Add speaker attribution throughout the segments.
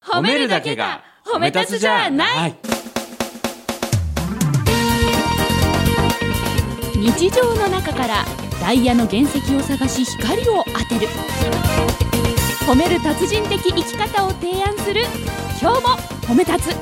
Speaker 1: 褒めるだけが褒め立つじゃない
Speaker 2: 日常の中からダイヤの原石を探し光を当てる褒める達人的生き方を提案する今日も褒め立つ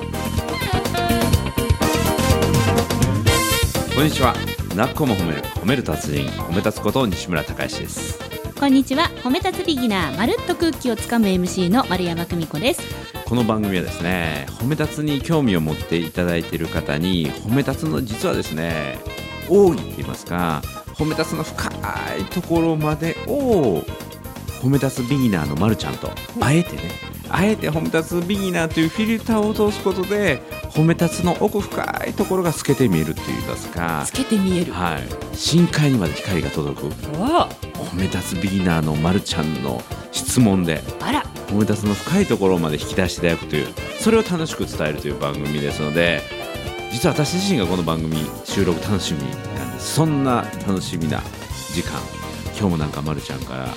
Speaker 3: こんにちはなっこも褒める褒める達人褒め立つこと西村孝之です
Speaker 2: こんにちは褒め立つビギナーまるっと空気をつかむ MC の丸山久美子です
Speaker 3: この番組はですね褒め立つに興味を持っていただいている方に褒め立つの実はですね奥義って言いますか褒め立つの深いところまでを褒め立つビギナーのまるちゃんとあえてねあえて褒め立つビギナーというフィルターを通すことで褒め立つの奥深いところが透けて見えるって言いますか
Speaker 2: つけて見える
Speaker 3: はい、深海にまで光が届く
Speaker 2: お
Speaker 3: 褒め立つビギナーのまるちゃんの質問で
Speaker 2: あら
Speaker 3: 褒め立つの深いところまで引き出していただくというそれを楽しく伝えるという番組ですので実は私自身がこの番組収録楽しみなんですそんな楽しみな時間今日もなんかまるちゃんから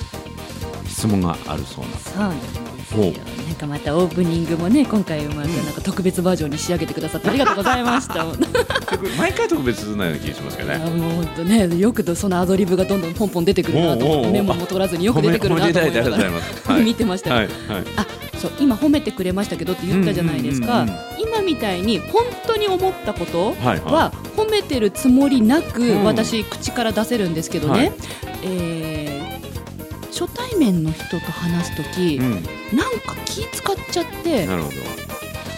Speaker 3: 質問があるそうなんです
Speaker 2: そうなんですよなんかまたオープニングもね今回うまくなんか特別バージョンに仕上げてくださってありがとうございました
Speaker 3: 毎回特別なような気がしますけど
Speaker 2: あ
Speaker 3: ね
Speaker 2: もう本当ねよくとそのアドリブがどんどんポンポン出てくるなと
Speaker 3: おうおうお
Speaker 2: 思っ
Speaker 3: う
Speaker 2: てメモも取らずによく出てくるなと思い
Speaker 3: 褒めていただいて
Speaker 2: な
Speaker 3: あり
Speaker 2: がら
Speaker 3: がとうございます、は い
Speaker 2: 見てましたけど、
Speaker 3: はいはい
Speaker 2: あそう今褒めてくれましたけどって言ったじゃないですか、
Speaker 3: うんうん
Speaker 2: 今みたいに本当に思ったこと
Speaker 3: はい
Speaker 2: は褒めてるつもりなく、
Speaker 3: うん
Speaker 2: 私口から出せるんですけどね、
Speaker 3: はい
Speaker 2: えー初対面の人と話す時、
Speaker 3: うん、
Speaker 2: なんか気使っちゃって例
Speaker 3: なるほ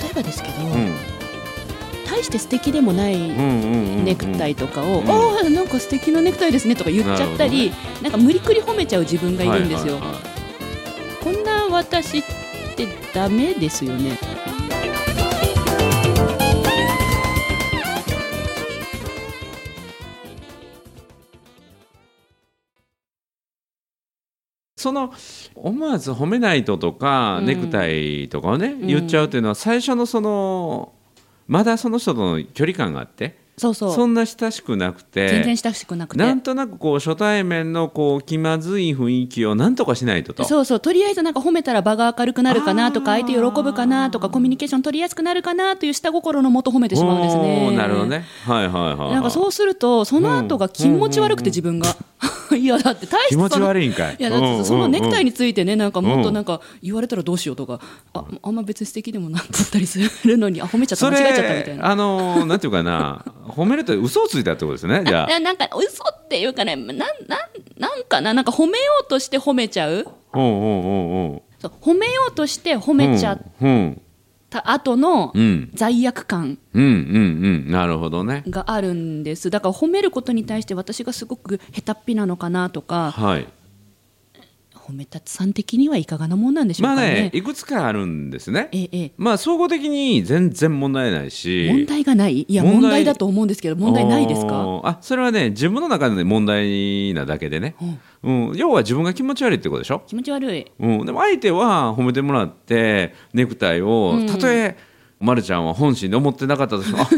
Speaker 2: えばですけど、
Speaker 3: ど、うん
Speaker 2: 大して素敵でもない
Speaker 3: うんうんうんうん、
Speaker 2: ネクタイとかを、
Speaker 3: うん
Speaker 2: ああなんか素敵なネクタイですねとか言っちゃったりな,、んか無理くり褒めちゃう自分がいるんですよ、
Speaker 3: はいはいはい
Speaker 2: こんな私ってダメですよね
Speaker 3: その思わず褒めないととか、
Speaker 2: うん
Speaker 3: ネクタイとかをね
Speaker 2: ん
Speaker 3: 言っちゃうというのは最初のそのまだその人との距離感があって
Speaker 2: そうそう
Speaker 3: そんな親しくなく
Speaker 2: 全然
Speaker 3: て
Speaker 2: 親しくなくて
Speaker 3: なんとなくこう初対面のこう気まずい雰囲気をなんとかしないとと
Speaker 2: そうそうとりあえずなんか褒めたら場が明るくなるかなとか
Speaker 3: あー
Speaker 2: 相手喜ぶかなとかコミュニケーション取りやすくなるかなという下心のもと褒めてしまうんです
Speaker 3: お
Speaker 2: ね
Speaker 3: ーなるほどねはいはいはいはい
Speaker 2: なんかそうするとその後が気持ち悪くて自分が いやだって大して
Speaker 3: 気
Speaker 2: その
Speaker 3: 持ち悪いんかい
Speaker 2: いやだってそのネクタイ
Speaker 3: に
Speaker 2: についてねなんかもっとなんか言われたらどうしようとかああんま別に素敵でもなかったりするのにあ褒めちゃった
Speaker 3: それ
Speaker 2: 間違えちゃったみたいな。
Speaker 3: あのーなんていうかな褒めると嘘をついたってことですね じゃ
Speaker 2: ななんか嘘っていうかねなんなんなんかななんか褒めようとして褒めちゃう
Speaker 3: あうんうんうんうん
Speaker 2: そう褒めようとして褒めちゃっ
Speaker 3: うん
Speaker 2: た後の
Speaker 3: うん
Speaker 2: 罪悪感
Speaker 3: うんうんうんなるほどね
Speaker 2: があるんですだから褒めることに対して私がすごく下手っぴなのかなとか
Speaker 3: はい
Speaker 2: 褒めたつさん的にはいかがなもんなんでしょ
Speaker 3: ま
Speaker 2: う
Speaker 3: あ
Speaker 2: か
Speaker 3: ね
Speaker 2: ね。
Speaker 3: いくつかあるんですね
Speaker 2: えええ
Speaker 3: まあ総合的に全然問題ない
Speaker 2: え、問
Speaker 3: し
Speaker 2: 題がないいや
Speaker 3: 問題
Speaker 2: 問題だと思うんですけど問題ないですか
Speaker 3: あーあそれはね自分の中で問題なだけでね、うん要は自分が気持ち悪いってことでしょ、
Speaker 2: 気持ち悪い
Speaker 3: うん、でも相手は褒めてもらってネクタイを、たとえまるちゃんは本心で思ってなかったと してもあ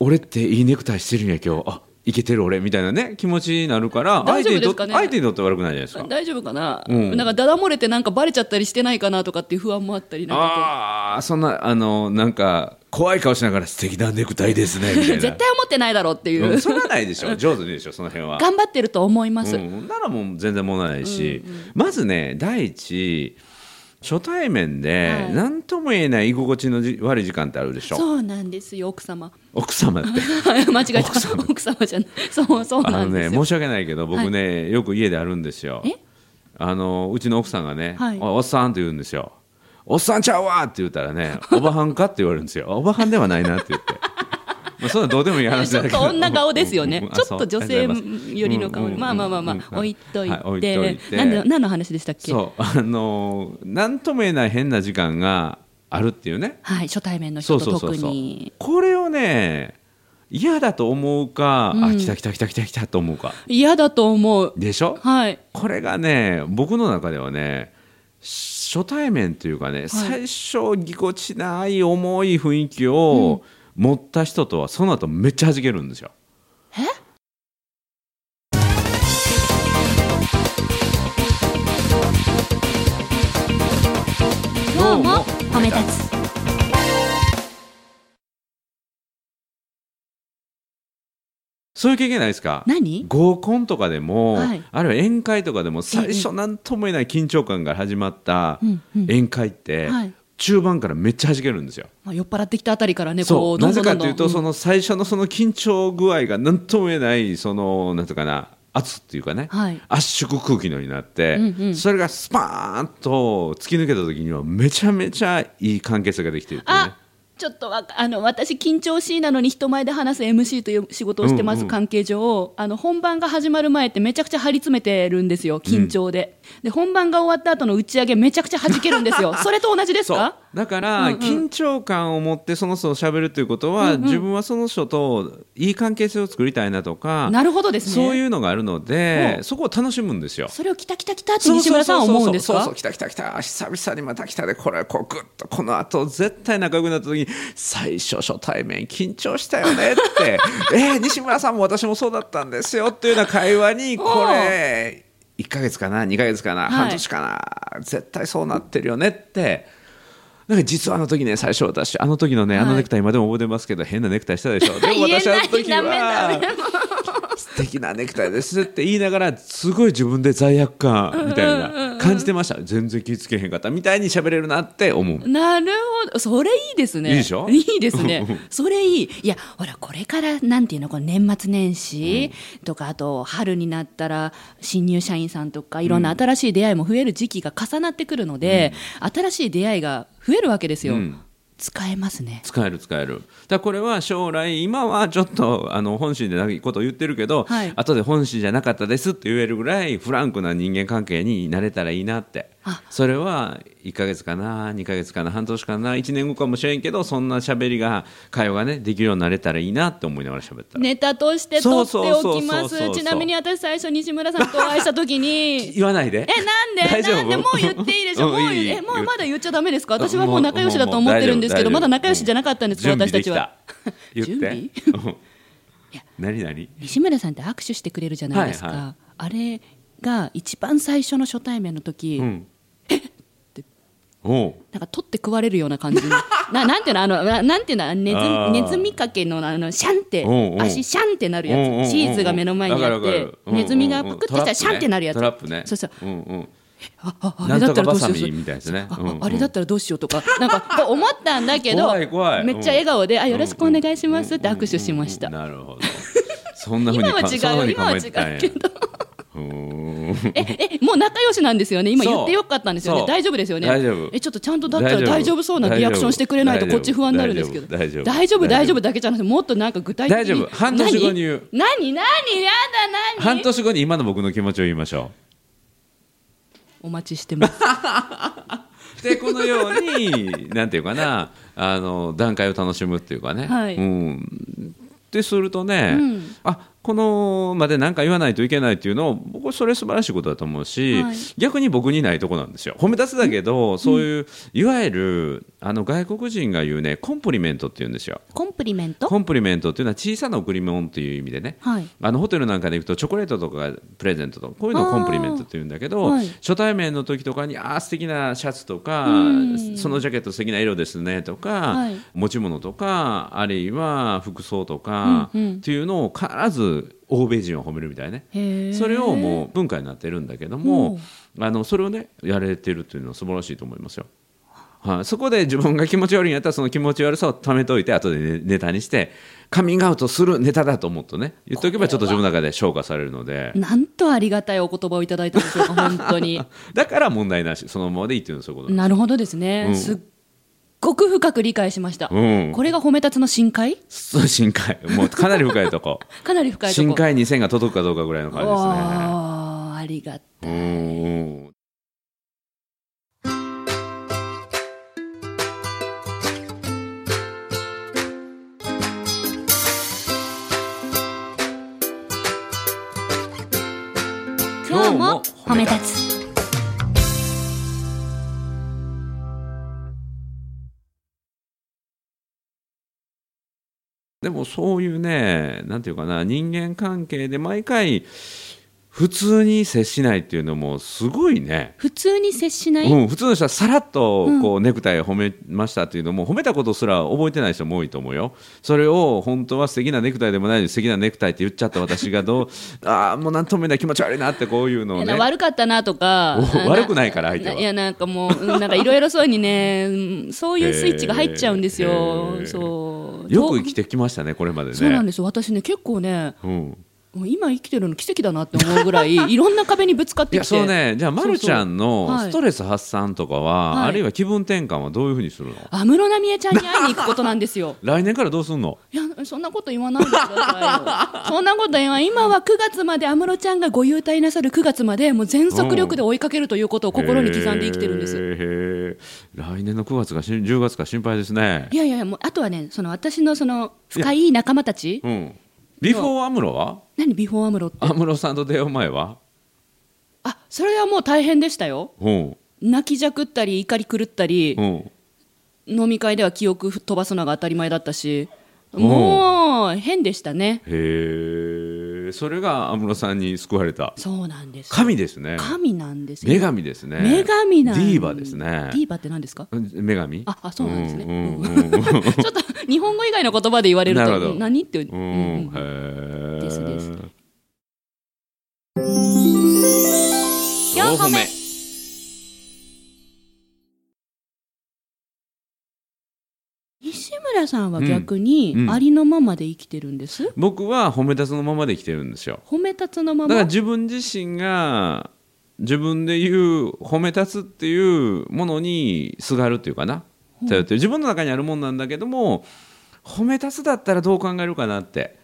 Speaker 3: 俺っていいネクタイしてるんや今日あいけてる俺みたいなね気持ちになるから
Speaker 2: 大丈夫
Speaker 3: 相手にと
Speaker 2: ですかね
Speaker 3: 相手にとって悪くないじゃないですか。
Speaker 2: 大丈夫かな、
Speaker 3: うん
Speaker 2: なんかだだ漏れてなんかバレちゃったりしてないかなとかっていう不安もあったりなんか
Speaker 3: ああーそんなあのなんか怖い顔しながら素敵なネクタイですねみたい
Speaker 2: こう
Speaker 3: な
Speaker 2: 絶対思ってないだろうっていう、
Speaker 3: うんそれはないで しょ上手でいいでしょその辺は
Speaker 2: 頑張ってると思います、
Speaker 3: うん、ならもう全然問題ないし、まずね第一初対面で
Speaker 2: はい
Speaker 3: 何とも言えない居心地のじ悪い時間ってあるでしょ
Speaker 2: そうなんですよ奥様
Speaker 3: 奥様って
Speaker 2: 間違えた
Speaker 3: 奥
Speaker 2: 奥
Speaker 3: 様
Speaker 2: 様じゃないそうそう
Speaker 3: あ
Speaker 2: な
Speaker 3: の
Speaker 2: んで
Speaker 3: ね
Speaker 2: すよ、
Speaker 3: 申し訳ないけど僕ね、よく家であるんですよ
Speaker 2: え
Speaker 3: あのうちの奥さんがね、
Speaker 2: はい
Speaker 3: おおっさんって言うんですよおっさんちゃうわって言ったら ねおばはんかって言われるんですよおばはんではないなって言 ってまあそんなどうでもいい話
Speaker 2: ち
Speaker 3: だ
Speaker 2: ょっ
Speaker 3: けど
Speaker 2: と女顔ですよ
Speaker 3: う
Speaker 2: ね
Speaker 3: んうん。あ
Speaker 2: ちょっと女性
Speaker 3: そうありがとうございます
Speaker 2: 寄りの顔、
Speaker 3: うんうんうん
Speaker 2: まあまあまあまあ、
Speaker 3: うん
Speaker 2: 置いといて,、
Speaker 3: は置いといて
Speaker 2: なんで何の話でしたっけ？は
Speaker 3: そうあのーなんとも言えない変な時間があるっていうね
Speaker 2: い、初対面の
Speaker 3: そ
Speaker 2: 人
Speaker 3: うそう
Speaker 2: と
Speaker 3: そ
Speaker 2: 特
Speaker 3: うそう
Speaker 2: に。
Speaker 3: これをね嫌だと思うか、あ
Speaker 2: うん
Speaker 3: 来た来た来た来た来たと思うか
Speaker 2: 嫌だと思う。
Speaker 3: でしょ
Speaker 2: はい。
Speaker 3: これがね僕の中ではね初対面というかね、最初ぎこちない重い雰囲気を持った人とはその後めっちゃ弾けるんですよ。
Speaker 2: え？
Speaker 3: どうも
Speaker 2: 褒め立つ
Speaker 3: そういう経験ないですか
Speaker 2: 何
Speaker 3: 合コンとかでも、
Speaker 2: はい
Speaker 3: あるいは宴会とかでも最
Speaker 2: え
Speaker 3: 初何とも言えない緊張感から始まった
Speaker 2: うんうん
Speaker 3: 宴会って、
Speaker 2: はい
Speaker 3: 中盤からめっちゃ弾けるんですよ。
Speaker 2: まあ、酔っ払ってきたあたりからね
Speaker 3: そ
Speaker 2: こ
Speaker 3: う
Speaker 2: うど
Speaker 3: なん
Speaker 2: ど
Speaker 3: ぜ
Speaker 2: んど
Speaker 3: か
Speaker 2: ん
Speaker 3: と
Speaker 2: どん
Speaker 3: いうと、その最初のその緊張具合が何とも言えないそのなんとかな圧っていうかね、
Speaker 2: はい
Speaker 3: 圧縮空気のようになって、
Speaker 2: うんうん
Speaker 3: それがスパーンと突き抜けた時にはめちゃめちゃいい関係性ができてるっていうね
Speaker 2: あ。ちょっとわかあの私、緊張しいなのに人前で話す MC という仕事をしてま
Speaker 3: うんう
Speaker 2: す
Speaker 3: ん
Speaker 2: 関係上、あの本番が始まる前ってめちゃくちゃ張り詰めてるんですよ、緊張で。で、本番が終わった後の打ち上げ、めちゃくちゃ弾けるんです よ、それと同じです
Speaker 3: そう
Speaker 2: か
Speaker 3: だから、
Speaker 2: うんうん
Speaker 3: 緊張感を持ってその人と喋るということは、自分はその人といい関係性を作りたいなとか
Speaker 2: なるほどですね。
Speaker 3: そういうのがあるので
Speaker 2: ほう
Speaker 3: そこを楽しむんですよ。
Speaker 2: それをきたきたきたって西村さんは思うんです
Speaker 3: そうそうそうそうそうそ
Speaker 2: か
Speaker 3: う来た来た来た久々にまた来たでこれこうグッとこの後絶対仲良くなった時に最初初対面緊張したよねって えー西村さんも私もそうだったんですよっていうような会話に
Speaker 2: おう
Speaker 3: これ1ヶ月かな2ヶ月かな、
Speaker 2: い
Speaker 3: 半年かな絶対そうなってるよねって。なんか実はあの時ね最初私あの時のね、あの
Speaker 2: はい
Speaker 3: ネクタイ今でも覚えてますけど変なネクタイしたでしょでも
Speaker 2: 言え
Speaker 3: 私あの
Speaker 2: ない
Speaker 3: 時
Speaker 2: ダ
Speaker 3: は
Speaker 2: メダメ
Speaker 3: 素敵なネクタイですって言いながらすごい自分で罪悪感みたいな感じてました全然気ぃつけへんかったみたいに喋れるなって思う
Speaker 2: なるほど、それいいですね。
Speaker 3: いいでしょ
Speaker 2: いいですね。それいい。いや、ほら、これから、なんていうの、この年末年始とか、あと、春になったら、新入社員さんとか、いろんな新しい出会いも増える時期が重なってくるので、新しい出会いが増えるわけですよ。
Speaker 3: うん
Speaker 2: 使えますね。
Speaker 3: 使える使えるだからこれは将来今はちょっとあの本心でないことを言ってるけど、
Speaker 2: はい
Speaker 3: 後で本心じゃなかったですって言えるぐらいフランクな人間関係になれたらいいなって
Speaker 2: あ
Speaker 3: それは1ヶ月かな2ヶ月かな半年かな1年後かもしれんけどそんな喋りが会話がねできるようになれたらいいなって思いながら喋ったら
Speaker 2: ネタとして取っておきま
Speaker 3: そうそうそうそうそ
Speaker 2: す。
Speaker 3: う
Speaker 2: ちなみに私最初西村さんとお会いした時 に、
Speaker 3: 言わないで
Speaker 2: え、なんで
Speaker 3: 大丈夫
Speaker 2: なんでもう言っていいでしょ
Speaker 3: うん
Speaker 2: もう言う
Speaker 3: いい
Speaker 2: え、もうまだ言っちゃダメですか私はもう仲良しだと思ってるんですけど、
Speaker 3: も
Speaker 2: ま
Speaker 3: うも
Speaker 2: だ
Speaker 3: うもう
Speaker 2: 仲良しじゃなかったんですか、私たちは。
Speaker 3: 準 備できた言って
Speaker 2: いや
Speaker 3: 何何
Speaker 2: 西村さんって握手してくれるじゃないですか、
Speaker 3: はいは
Speaker 2: あれが一番最初の初対面の時、
Speaker 3: うんおう
Speaker 2: なんか取って食われるような感じ ななんていうのあのななんていうのネズ
Speaker 3: あー
Speaker 2: ネズミかけのあのシャンって
Speaker 3: おうおう
Speaker 2: 足シャンってなるやつ
Speaker 3: うんうんうん
Speaker 2: チーズが目の前にあっ
Speaker 3: わかる
Speaker 2: て
Speaker 3: わかるうんうんうん
Speaker 2: ネズミがパクってしたらシャンってなるやつ
Speaker 3: トラップね
Speaker 2: そうそう
Speaker 3: うんうん
Speaker 2: あああれ
Speaker 3: なん
Speaker 2: だった
Speaker 3: とから
Speaker 2: ど
Speaker 3: バ
Speaker 2: うしよ
Speaker 3: サ
Speaker 2: う
Speaker 3: ミみたいですね
Speaker 2: あ
Speaker 3: うんうん
Speaker 2: ああれだったらどうしようとかなんかこう思ったんだけど
Speaker 3: 怖い怖い
Speaker 2: めっちゃ笑顔であ「よろしくお願いします」って握手しました、
Speaker 3: うんうんうんなるほどそんなふうに
Speaker 2: 今は
Speaker 3: か
Speaker 2: 違う
Speaker 3: そんな風に
Speaker 2: 今は
Speaker 3: 考
Speaker 2: 違
Speaker 3: えてたん
Speaker 2: う
Speaker 3: や
Speaker 2: けど
Speaker 3: うーん
Speaker 2: え、え、もう仲良しなんですよね。今
Speaker 3: そう
Speaker 2: 言ってよかったんですよね
Speaker 3: そ。う
Speaker 2: 大丈夫ですよね。
Speaker 3: 大丈夫
Speaker 2: え、ちょっとちゃんとだったら大丈夫そうなリアクションしてくれないと
Speaker 3: 大丈
Speaker 2: こ
Speaker 3: 夫
Speaker 2: っち不安になるんですけど。
Speaker 3: 大丈夫
Speaker 2: 大
Speaker 3: 大
Speaker 2: 丈
Speaker 3: 丈
Speaker 2: 夫、
Speaker 3: 夫
Speaker 2: 大丈夫だけじゃなくて、もっとなんか具体的に。
Speaker 3: 大丈夫半年後に言う
Speaker 2: 何何何やだ何
Speaker 3: 半年後に今の僕の気持ちを言いましょ
Speaker 2: お待ちしてます。
Speaker 3: うでこのようになんていうかなあの段階を楽しむっていうかね、
Speaker 2: はい
Speaker 3: うんってするとね、
Speaker 2: うん
Speaker 3: あこのまで何か言わないといけないっていうのを僕はそれ素晴らしいことだと思うし、
Speaker 2: はい
Speaker 3: 逆に僕にないとこなんですよ褒め立つだけどそういういわゆるあの外国人が言うねコンプリメントっていうんですよ
Speaker 2: コンプリメント
Speaker 3: コンプリメントっていうのは小さな贈り物っていう意味でね、
Speaker 2: はい。
Speaker 3: あのホテルなんかで行くとチョコレートとかがプレゼントとかこういうのをコンプリメントって言うんだけど、
Speaker 2: あーはい
Speaker 3: 初対面の時とかにああ素敵なシャツとか
Speaker 2: うん
Speaker 3: そのジャケット素敵な色ですねとか、
Speaker 2: はい
Speaker 3: 持ち物とかあるいは服装とか、
Speaker 2: うんうん
Speaker 3: っていうのを必ず欧米人を褒めるみたいね。
Speaker 2: へー
Speaker 3: それをもう文化になってるんだけども、あのそれをねやれてるっていうのは素晴らしいと思いますよ。はい、そこで自分が気持ち悪いんやったらその気持ち悪さをためといて後でねネタにしてカミングアウトするネタだと思ってね言っておけばちょっと自分の中で消化されるので
Speaker 2: なんとありがたいお言葉をいただいたんでしょうか、本当に。
Speaker 3: だから問題なしそのままでいいっていうのはそういうこと
Speaker 2: なるほどですね。
Speaker 3: うん
Speaker 2: すっごく深く理解しました。
Speaker 3: うん
Speaker 2: これが褒め立つの深海
Speaker 3: そう深海もうかなり深いとこ
Speaker 2: かなり深いとこ
Speaker 3: 深海に線が届くかどうかぐらいの感じ
Speaker 2: おーありが
Speaker 3: ですねうん
Speaker 2: 今日も褒め立つ
Speaker 3: でもそういうね、なんていうかな、人間関係で毎回、普通に接しないっていうのもすごいね。
Speaker 2: 普通に接しない、
Speaker 3: うん、普通の人はさらっとこうネクタイ褒めましたっていうのも褒めたことすら覚えてない人も多いと思うよ。それを本当は素敵なネクタイでもないのに素敵なネクタイって言っちゃった私 がどうああもうなんとも言えない気持ち悪いなってこういうの
Speaker 2: い
Speaker 3: を
Speaker 2: や
Speaker 3: ね
Speaker 2: な悪かったなとか
Speaker 3: お
Speaker 2: あ
Speaker 3: 悪くないから相手はい
Speaker 2: やなんかもううんなんかいろいろそうにねうんそういうスイッチが入っちゃうんです
Speaker 3: へ
Speaker 2: よ
Speaker 3: ー
Speaker 2: そう
Speaker 3: よく生
Speaker 2: と
Speaker 3: きてきましたねこれまでね。
Speaker 2: そうなんですよ私ね結構ね
Speaker 3: うん
Speaker 2: もう今生きてるの奇跡だなって思うぐらいいろんな壁にぶつかっ
Speaker 3: い
Speaker 2: て
Speaker 3: や
Speaker 2: きて
Speaker 3: そうねじゃあ、ま、るちゃん
Speaker 2: そう
Speaker 3: の
Speaker 2: そうはい
Speaker 3: ストレス発散とかは、
Speaker 2: はい
Speaker 3: あるいは気分転換はどういうふうにするの、
Speaker 2: 安室奈美恵ちゃんに会いに行くことなんですよ
Speaker 3: 来年からどうすんの
Speaker 2: いやそんなこと言わないでください よそんなこと言わない今は9月まで安室ちゃんがご優待なさる9月までもう全速力で追いかけるということを心に刻んで生きてるんです
Speaker 3: へーへー来年の9月かし10月か心配ですね
Speaker 2: いやいやいやもうあとはねその私のその深い仲間たち
Speaker 3: うんビフォーアムロは
Speaker 2: 何ビフォーアムロって
Speaker 3: アムロさんと出会う前は
Speaker 2: あそれはもう大変でしたよ
Speaker 3: うん
Speaker 2: 泣きじゃくったり怒り狂ったり
Speaker 3: うん
Speaker 2: 飲み会では記憶飛ばすのが当たり前だったし
Speaker 3: うん
Speaker 2: もう変でしたね
Speaker 3: へえそれが安室さんに救われた
Speaker 2: そうなんですよ
Speaker 3: 神ですね
Speaker 2: 神なんです
Speaker 3: 女
Speaker 2: よ
Speaker 3: 神ですね
Speaker 2: 女神なん
Speaker 3: ディーバですね
Speaker 2: ディーバって何ですか
Speaker 3: 女神
Speaker 2: ああそうなんですね
Speaker 3: うんうんう ん
Speaker 2: ちょっと日本語以外の言葉で言われる
Speaker 3: なるほ
Speaker 2: と
Speaker 3: ど
Speaker 2: 何って
Speaker 3: う
Speaker 2: うんうん
Speaker 3: ん、へえ。
Speaker 2: ですです
Speaker 3: 4
Speaker 2: 個目。西村さんは逆に
Speaker 3: うんうん
Speaker 2: ありのままで生きてるんです、
Speaker 3: 僕は褒めたつのままで生きてるんですよ。
Speaker 2: 褒め立つのま
Speaker 3: だか
Speaker 2: ま
Speaker 3: ら自分自身が自分で言う褒めたつっていうものにすがるっていうかな。頼ってる自分の中にあるもんなんだけども褒めたつだったらどう考えるかなって。
Speaker 2: はい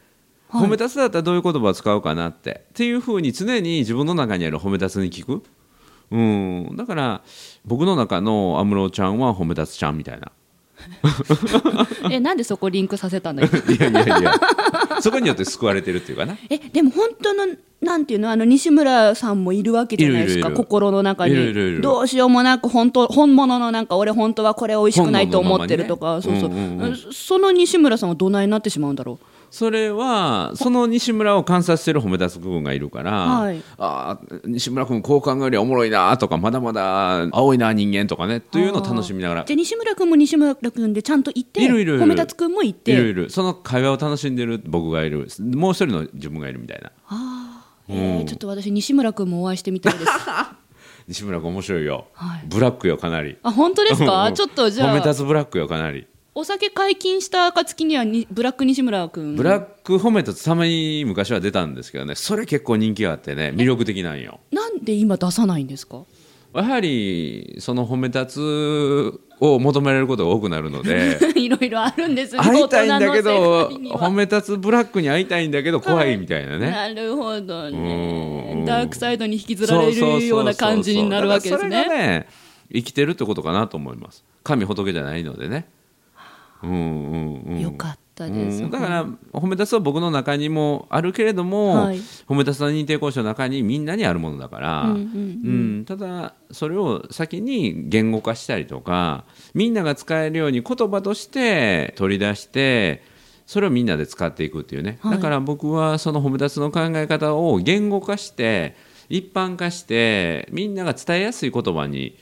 Speaker 3: 褒めたつだったらどういう言葉を使うかなってっていうふうに常に自分の中にある褒めたつに聞く、うん、だから僕の中の安室ちゃんは褒めたつちゃんみたいな
Speaker 2: えなんでそこリンクさせ たんだっけ
Speaker 3: いやいやい や、そこによって救われてるっていうかな。
Speaker 2: えでも本当のなんていうのあの西村さんもいるわけじゃないです
Speaker 3: いるい
Speaker 2: か
Speaker 3: るいる
Speaker 2: 心の中に
Speaker 3: いるいるいる
Speaker 2: どうしようもなく本当本物のなんか俺本当はこれ美味しくないと思ってるとか、
Speaker 3: 本
Speaker 2: そうそ
Speaker 3: 物の
Speaker 2: う、
Speaker 3: ままねうんうんうん
Speaker 2: そその西村さんはどないなってしまうんだろ
Speaker 3: それは、その西村を観察してる褒め出す部分がいるから、
Speaker 2: はい
Speaker 3: ああ、西村君こう考えりゃおもろいなとか、まだまだ青いな人間とかね、というのを楽しみなが
Speaker 2: う
Speaker 3: ら
Speaker 2: じゃあ西村君も西村君でちゃんと行って
Speaker 3: いるいるいる
Speaker 2: 褒め立つ君も行って
Speaker 3: いるいる、その会話を楽しんでる僕がいる、もう一人の自分がいるみたいな。
Speaker 2: えーちょっと私西村君もお会いしてみたいです
Speaker 3: 西村君面白いよ。
Speaker 2: はい
Speaker 3: ブラックよ、かなり。
Speaker 2: あ本当です
Speaker 3: う
Speaker 2: か
Speaker 3: ん
Speaker 2: ちょっとじゃ
Speaker 3: 褒め
Speaker 2: あ
Speaker 3: 立つブラックよ、かなり。
Speaker 2: お酒解禁した暁にはにブラック西村君
Speaker 3: ブラック褒め立つたまに昔は出たんですけどね、それ結構人気があってね、魅力的なんよ。
Speaker 2: なんで今出さないんですか
Speaker 3: やはりその褒め立つを求められることが多くなる ので
Speaker 2: いろいろあるんですね。
Speaker 3: 会いたいんだ
Speaker 2: 大
Speaker 3: けど
Speaker 2: 人の世界には
Speaker 3: 褒め立つブラックに会いたいんだけど怖いみたいなね。
Speaker 2: なるほど
Speaker 3: うんう
Speaker 2: ね
Speaker 3: ん。
Speaker 2: ダークサイドに引きずら
Speaker 3: そう
Speaker 2: れ
Speaker 3: そうそうそう
Speaker 2: るような感じになるわけです
Speaker 3: だからそ
Speaker 2: ね。
Speaker 3: れがね生きてるってことかなと思います神仏じゃないのでねうんうんうん
Speaker 2: よかったで
Speaker 3: う
Speaker 2: す。
Speaker 3: ん、だから褒め立つは僕の中にもあるけれども、
Speaker 2: はい
Speaker 3: 褒め立つの認定講師の中にみんなにあるものだから、
Speaker 2: うんうん
Speaker 3: うんただそれを先に言語化したりとかみんなが使えるように言葉として取り出してそれをみんなで使っていくっていうね、
Speaker 2: はい
Speaker 3: だから僕はその褒め立つの考え方を言語化して一般化してみんなが伝えやすい言葉に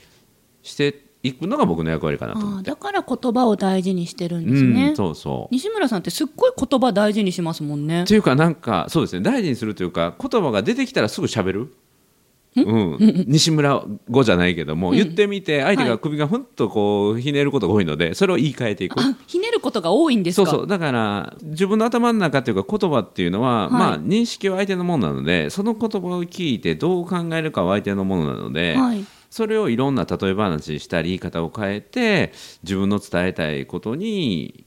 Speaker 3: していくのが僕の役割かなと
Speaker 2: あ
Speaker 3: 思っ
Speaker 2: あ
Speaker 3: て。
Speaker 2: だから言葉を大事にしてるんですね
Speaker 3: うん、。そうそう
Speaker 2: 西村さんってすっごい言葉大事にしますもんね
Speaker 3: っ。ていうかなんかそうですね大事にするというか言葉が出てきたらすぐ喋るうん、西村語じゃないけども、言ってみて相手
Speaker 2: は
Speaker 3: が
Speaker 2: い
Speaker 3: 首がふんとこうひねることが多いのでそれを言い換えていく
Speaker 2: あひねることが多いんです
Speaker 3: そう
Speaker 2: か。
Speaker 3: そうだから自分の頭の中というか言葉っていうのは、
Speaker 2: い
Speaker 3: まあ認識は相手のものなのでその言葉を聞いてどう考えるかは相手のものなので、
Speaker 2: はい。
Speaker 3: それをいろんな例え話したり言い方を変えて自分の伝えたいことに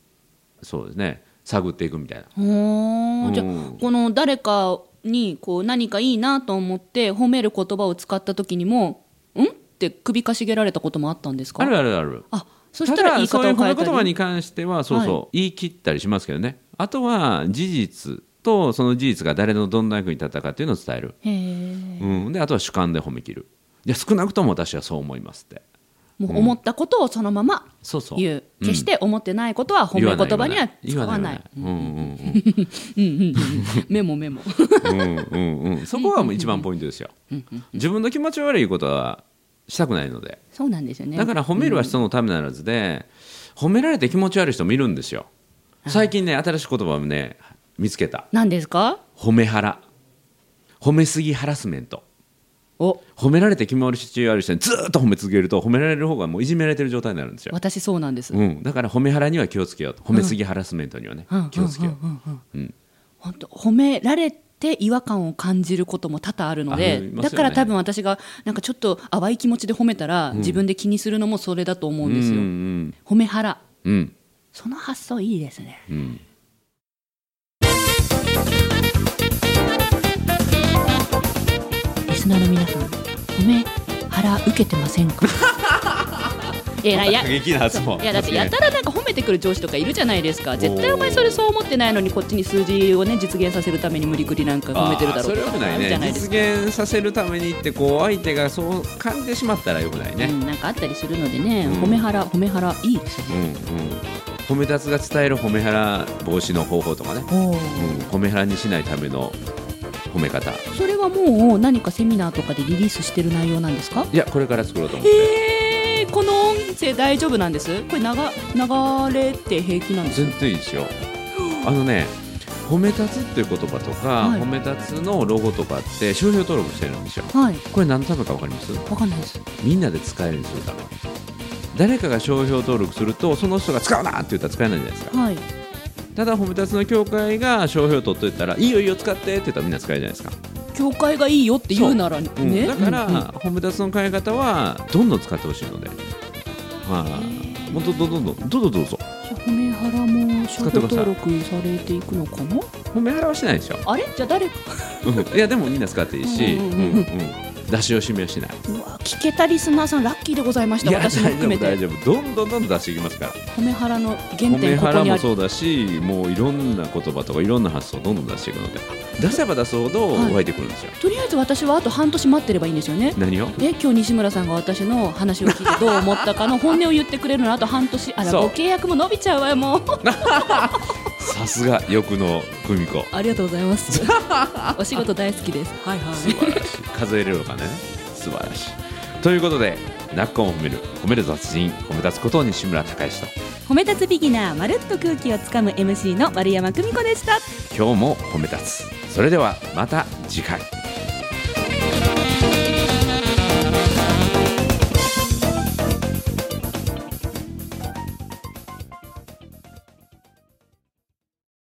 Speaker 3: そうですね探っていくみたいな。
Speaker 2: ほーじゃあ
Speaker 3: うん
Speaker 2: この誰かにこう何かいいなと思って褒める言葉を使った時にも、んって首かしげられたこともあったんですか。
Speaker 3: あるあるある
Speaker 2: あそしたら言い方を
Speaker 3: た
Speaker 2: 変
Speaker 3: だ
Speaker 2: え
Speaker 3: そう
Speaker 2: たり
Speaker 3: いう褒め言葉に関してはそうそう、言い切ったりしますけどねあとは事実とその事実が誰のどんな役に立ったかっていうのを伝える、
Speaker 2: へえ
Speaker 3: うん、であとは主観で褒め切るいや少なくとも私はそう思いますって
Speaker 2: もう思ったことをそのまま
Speaker 3: そうそう
Speaker 2: 言う、決して思ってないことは褒め言葉には使わない
Speaker 3: 言わない
Speaker 2: メモメモ
Speaker 3: 言わないうんうんうんうんうん うんそこはもう一番ポイントですよ自分の気持ち悪いことはしたくないので
Speaker 2: そうなんですよね
Speaker 3: だから褒めるは人のためならずで、褒められて気持ち悪い人もいるんですよ最近ね新しい言葉をね見つけた
Speaker 2: 何ですか
Speaker 3: 褒め腹褒めすぎハラスメント
Speaker 2: お
Speaker 3: 褒められて気持ち悪い人にずーっと褒め続けると褒められる方がもういじめられてる状態になるんですよ、
Speaker 2: 私そうなんです、
Speaker 3: うん、だから褒め腹には気をつけようと褒めすぎハラスメントにはね、
Speaker 2: うん
Speaker 3: 気をつけよう,、
Speaker 2: 本当褒められて違和感を感じることも多々あるの
Speaker 3: あ
Speaker 2: で、
Speaker 3: ります
Speaker 2: だ
Speaker 3: よね
Speaker 2: から多分私がなんかちょっと淡い気持ちで褒めたら、自分で気にするのもそれだと思うんですよ、
Speaker 3: うん
Speaker 2: 褒め腹
Speaker 3: うんうん
Speaker 2: その発想いいですね
Speaker 3: うん
Speaker 2: リスナーの皆さん褒め腹受けてません かいやいや
Speaker 3: 過激な発問
Speaker 2: いやだってやたらなんか褒めてくる上司とかいるじゃないですか絶対お前それそう思ってないのにこっちに数字をね実現させるために無理くりなんか褒めてるだろう
Speaker 3: あーそれよくない
Speaker 2: じゃ
Speaker 3: ね
Speaker 2: ないです
Speaker 3: 実
Speaker 2: か、
Speaker 3: 現させるためにってこう相手がそう感じてしまったらよくないうね、
Speaker 2: ん、なんかあったりするのでね、
Speaker 3: うん
Speaker 2: 褒め腹褒め腹いいですね
Speaker 3: うんうん褒め立つが伝える褒め腹防止の方法とかね、
Speaker 2: お
Speaker 3: うん、褒め腹にしないための褒め方
Speaker 2: それはもう何かセミナーとかでリリースしてる内容なんですか
Speaker 3: いやこれから作ろうと思って、
Speaker 2: えー、この音声大丈夫なんですこれ流流れて平気なんです
Speaker 3: 全然いいですよあのね褒め立つっていう言葉とか、
Speaker 2: はい
Speaker 3: 褒め立つのロゴとかって商標登録してるんですよ
Speaker 2: はい
Speaker 3: これ何のためか分かります
Speaker 2: わかんないです
Speaker 3: みんなで使えるようにするため誰かが商標登録するとその人が使うなって言ったら使えないじゃないですか
Speaker 2: はい
Speaker 3: ただ褒め立つの協会が商標取っといたらいいよいいよ使ってって言ったらみんな使えるじゃないですか、
Speaker 2: 教会がいいよって言うならね、
Speaker 3: うんだから、
Speaker 2: うんうん
Speaker 3: 褒め立つの使い方はどんどん使ってほしいのではい、もうどんどんどんどんどうぞどうぞ
Speaker 2: じゃあ褒め腹も商標登録されていくのかな
Speaker 3: 褒め払わしてないですよ
Speaker 2: あれじゃあ誰か
Speaker 3: うんいやでもみんな使っていいし、
Speaker 2: うんうん
Speaker 3: う
Speaker 2: んうん
Speaker 3: うん出し惜しみはしないう
Speaker 2: わ聞けたリスナーさんラッキーでございまし
Speaker 3: い
Speaker 2: た
Speaker 3: や大
Speaker 2: 私も
Speaker 3: 丈
Speaker 2: 含め
Speaker 3: 夫大
Speaker 2: て
Speaker 3: 丈夫どんどんどんどん出していきますから
Speaker 2: 褒め腹の原
Speaker 3: 褒め
Speaker 2: 点ここ
Speaker 3: 腹
Speaker 2: にあ
Speaker 3: も
Speaker 2: る
Speaker 3: そうだしもういろんな言葉とかいろんな発想をどんどん出していくので出せば出すほど
Speaker 2: はい
Speaker 3: 湧いてくるんですよ、
Speaker 2: とりあえず私はあと半年待ってればいいんですよね
Speaker 3: 何を
Speaker 2: で今日西村さんが私の話を聞いてどう思ったかの本音を言ってくれるのあと半年あら
Speaker 3: そう
Speaker 2: ご契約も伸びちゃうわよもう
Speaker 3: さすが欲の久美子
Speaker 2: ありがとうございます お仕事大好きですはいは
Speaker 3: 素晴らしい数えれるのかね素晴らしいということで泣っこも褒める褒める雑人褒め立つことを西村孝之と
Speaker 1: 褒め立つビギナーまるっと空気をつかむ MC の丸山久美子でした
Speaker 3: 今日も褒め立つそれではまた次回